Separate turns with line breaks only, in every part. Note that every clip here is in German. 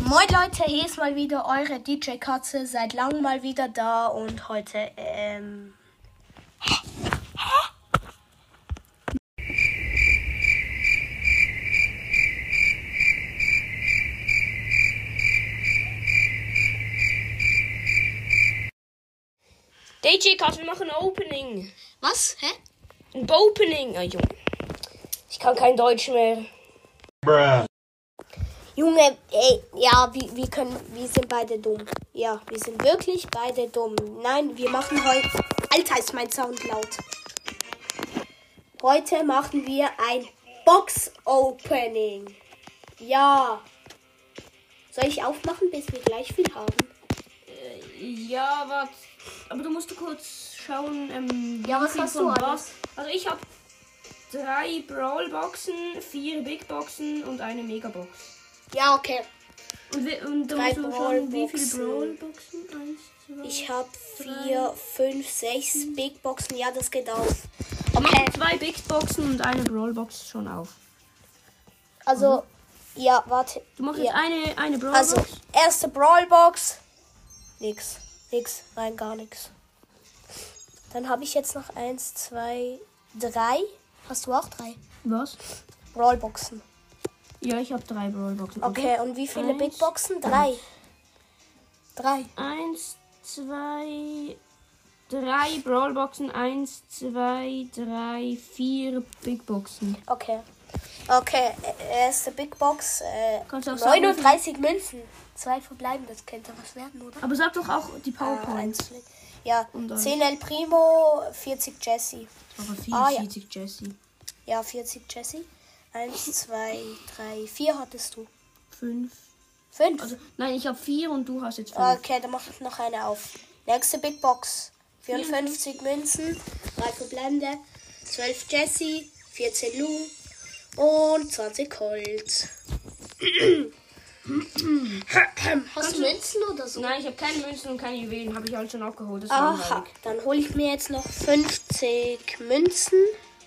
Moin Leute, hier ist mal wieder eure DJ Katze, seit langem mal wieder da und heute, ähm...
DJ Cut, wir machen ein Opening.
Was? Hä?
Ein Opening. Ah, Junge. Ich kann kein Deutsch mehr.
Bruh.
Junge, ey, ja, wir, wir können, wir sind beide dumm. Ja, wir sind wirklich beide dumm. Nein, wir machen heute... Alter, ist mein Sound laut. Heute machen wir ein Box-Opening. Ja. Soll ich aufmachen, bis wir gleich viel haben?
Ja, warte. Aber du musst kurz schauen, ähm,
Ja,
wie
was
viel
hast
von
du
was. Also ich habe drei Brawl-Boxen, vier Big-Boxen und eine Mega-Box.
Ja, okay.
Und, wir- und da
Drei
musst du schauen, wie viele
Brawl-Boxen.
Brawl-Boxen? Eins, zwei...
Ich habe vier, fünf, sechs Big Boxen. Ja, das geht auf.
Mach zwei Big-Boxen und eine Brawl-Box schon auf.
Also, ja, warte.
Mhm. Du machst
ja.
jetzt eine, eine Brawl-Box.
Also, erste Brawlbox. Nix. Nix. Nein, gar nix. Dann habe ich jetzt noch eins, zwei, drei. Hast du auch drei?
was?
Brawlboxen.
Ja, ich habe drei Brawl-Boxen.
Okay, und wie viele
Mhm. Eins.
Big Boxen? Drei. Drei.
Eins, zwei, drei Brawlboxen. Eins, zwei, drei, vier Big Boxen.
Okay. Okay, äh, erste Big Box. Äh,
Kannst du auch sagen,
39 Münzen. Zwei verbleiben, das könnte was werden, oder?
Aber sag doch auch die
Ah,
PowerPoint.
eins. Ja,
Und dann-
10 El Primo, 40 Jesse.
Aber viel
Ah, ja.
sieht Jesse.
Ja, 40 Jesse. 1, 2, 3, 4 hattest du.
Fünf.
5.
Also, nein, ich habe vier und du hast jetzt fünf.
okay, dann mach ich noch eine auf. Nächste Big Box. 54 Münzen, 3 verbleibende, 12 Jesse, 14 Lou und 20 Colt. Hast du Münzen oder so?
Nein, ich habe keine Münzen und keine Juwelen. Habe ich alles schon aufgeholt. Das war
Aha,
langweilig.
dann hole ich mir jetzt noch 50 Münzen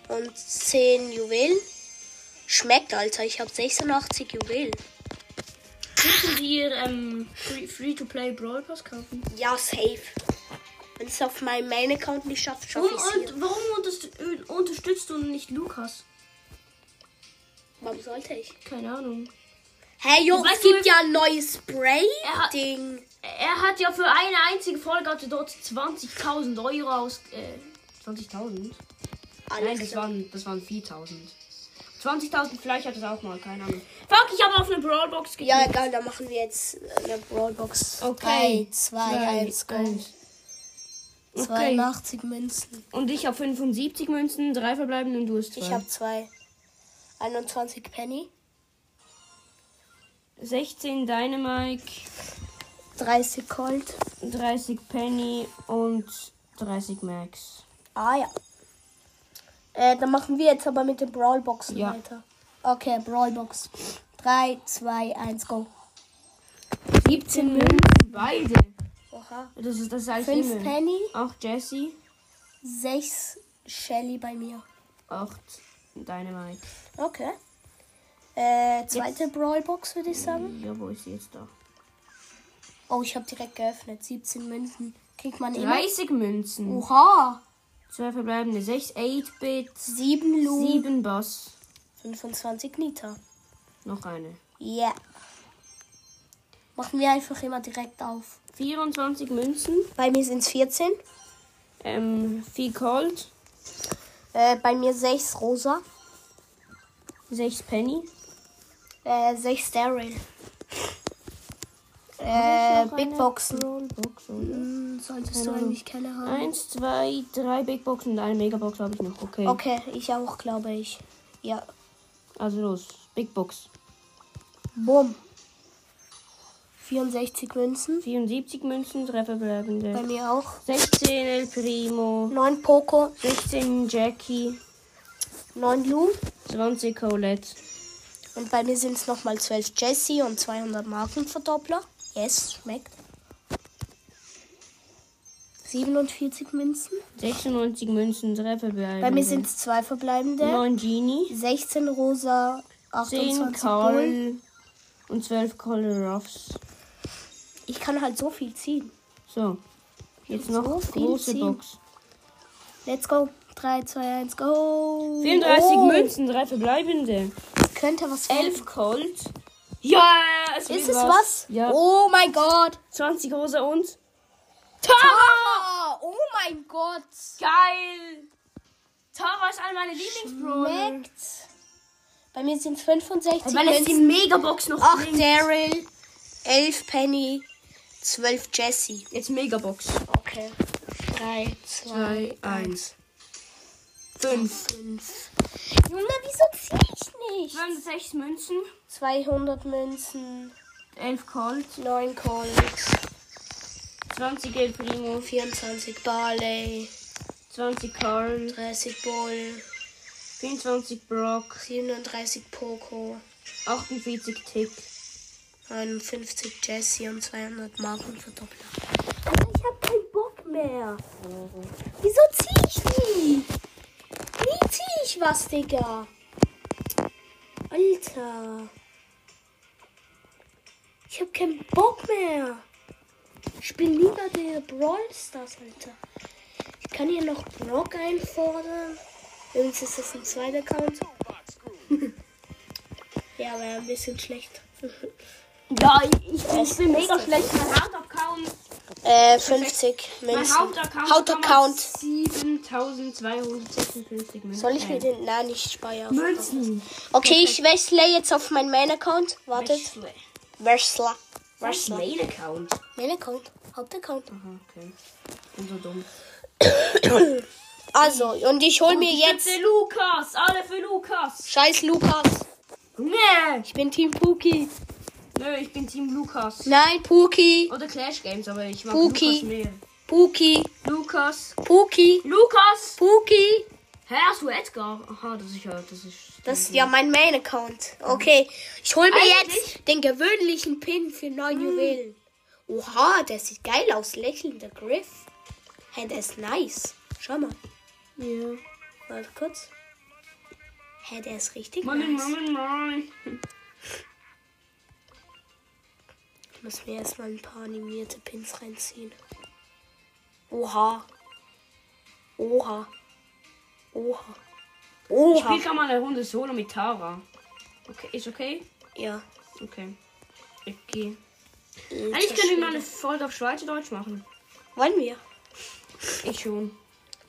und 10 Juwelen. Schmeckt, Alter, ich habe 86 Juwelen.
Willst du dir ähm, Free- Free-to-Play Brawl Pass kaufen?
Ja, safe. Wenn es auf meinem Main-Account nicht schafft, schaffe
Warum,
ich es hier.
und, warum unterst- ö- unterstützt du nicht Lukas?
Warum sollte ich?
Keine Ahnung.
Hey, jo,
Weißt
es
du,
gibt
wie-
ja ein neues
Er hat-
Spray-Ding.
Er hat ja für eine einzige Folge hatte dort 20.000 Euro aus. Äh, 20.000? Nein,
Alles
das
klar.
waren, das waren 4.000. 20.000 vielleicht hat es auch mal, keine Ahnung. Fuck, ich habe auf eine Brawlbox geklickt.
Ja, egal, dann machen wir jetzt äh, eine Brawlbox.
Okay.
3, 2, 1, go.
eins.
82 Münzen.
Und ich habe 75 Münzen, drei verbleibende und du hast zwei.
Ich habe 2. 21 Penny.
16 Dynamite,
30 Gold.
30 Penny und 30 Max.
Ah ja. Äh, dann machen wir jetzt aber mit den Brawlboxen
Ja.
weiter. Okay, Brawlbox. 3, 2, 1, go.
Mhm.
17 Münzen.
Beide.
Oha.
Das ist das heißt
5
immer.
Penny,
Auch Jesse,
6 Shelly bei mir.
8 Dynamite.
Okay. Äh, zweite Brawlbox würde ich sagen.
Ja, wo ist sie jetzt da?
Oh, ich habe direkt geöffnet. 17 Münzen. Kriegt man immer.
30 Münzen.
Oha.
Zwei verbleibende, 6 8-Bit,
7 Lu.
7 Bass,
25 Nita.
noch eine.
Yeah. Machen wir einfach immer direkt auf.
24 Münzen,
Bei mir sind es 14.
ähm, 4 Gold,
Äh, bei mir 6 Rosa.
6 Penny,
Äh, 6 Daryl.
Hab
Äh,
ich noch
Big
eine
Boxen.
Rollbox, oder?
Hm, solltest
Keine
du
Ahnung.
eigentlich keine haben.
Eins, zwei, drei Big Boxen und eine Megabox habe ich noch. Okay.
Okay, ich auch, glaube ich. Ja.
Also los. Big Box.
Bumm. 64 Münzen.
74 Münzen, drei
Bei
verbleibende.
mir auch.
16 El Primo,
9 Poco,
16 Jackie,
9 Lu.
20 Colette.
Und bei mir sind es nochmal 12 Jesse und 200 Markenverdoppler. Yes, schmeckt. 47 Münzen.
96 Münzen, drei verbleibende.
Bei mir sind es 2 verbleibende.
9 Genie,
16 Rosa,
10
28 Bull,
Karl, und 12 Color Ruffs.
Ich kann halt so viel ziehen.
So. Jetzt
So
noch
viel
große
ziehen.
Box.
Let's go. 3, 2, 1, go.
34
Oh,
Münzen, 3 verbleibende.
Könnte was werden.
11 Colt. Ja, es
Ist
wird
es was?
Ja.
Oh mein Gott.
20 rosa und.
Tara! Oh mein Gott.
Geil! Tara ist einer meiner Lieblingsbrawler.
Schmeckt. Bei mir sind 65
Weil es die
Münzen.
Megabox noch
8
bringt.
Daryl, 11 Penny, 12 Jesse.
Jetzt Megabox.
Okay. 3, 2, 1,
5.
5. Junge, wieso ziehe ich nicht?
62 Münzen.
200 Münzen,
11 Colt.
9 Colts,
20 El Primo.
24 Barley,
20 Carl.
30 Bull,
24 Brock.
37 Poco,
48 Tick.
51 Jesse und 200 Markenverdoppler.
Also ich hab keinen Bock mehr. Wieso zieh ich nie?
Wie ziehe ich was, Digga?
Alter. Ich hab keinen Bock mehr. Ich bin lieber der Brawl Stars, Alter.
Ich kann hier noch Brock einfordern. Übrigens ist das ein zweiter Account. ja, war ein bisschen schlecht.
Ja, ich, ich, bin, ich bin mega schlecht. Mein Hauptaccount.
Äh, 50
Mein
Münzen.
Hauptaccount.
Hauptaccount.
7256 Münzen.
Soll ich mir den? Nein, nicht speichern.
Münzen.
Okay, ich wechsle jetzt auf meinen Main-Account. Wartet.
Wechsle.
Wechsler.
Was ist
Wechsler.
mein Account?
Main-Account. Hauptaccount.
Aha, okay. Ich bin so dumm.
Also, und ich hol mir jetzt.
Bitte Lukas, alle für Lukas.
Scheiß Lukas.
Junge!
Ich bin Team Puki.
Nö, ich bin Team Lukas.
Nein, Puki.
Oder Clash Games, aber ich mag
Puki.
Lukas mehr.
Puki.
Lukas.
Puki.
Lukas!
Puki.
Hä, hast du Edgar? Aha, das ist ja, das ist...
Das ist ja mein Main-Account. Okay, ich hol mir
Eigentlich- Mhm.
jetzt den gewöhnlichen Pin für neun Juwelen. Oha, der sieht geil aus. Lächelnder Griff. Hey, der ist nice. Schau mal.
Ja.
Warte kurz. Hä, der ist richtig
Moin,
nice.
moin, moin.
Ich muss mir erstmal ein paar animierte Pins reinziehen. Oha. Oha. Oha.
Ich
Oha.
spiel gerade mal eine Runde Solo mit Tara. Okay, ist okay?
Ja.
Okay. Okay. Eigentlich können wir mal eine Folge auf Schweizerdeutsch machen.
Wollen wir?
Ich schon.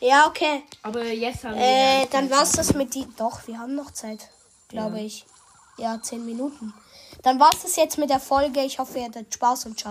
Ja, okay.
Aber jetzt haben
Äh,
wir...
dann war's das mit die. Doch, wir haben noch Zeit, glaube ich. Ja, zehn Minuten. Dann war's das jetzt mit der Folge. Ich hoffe, ihr hattet Spaß und ciao.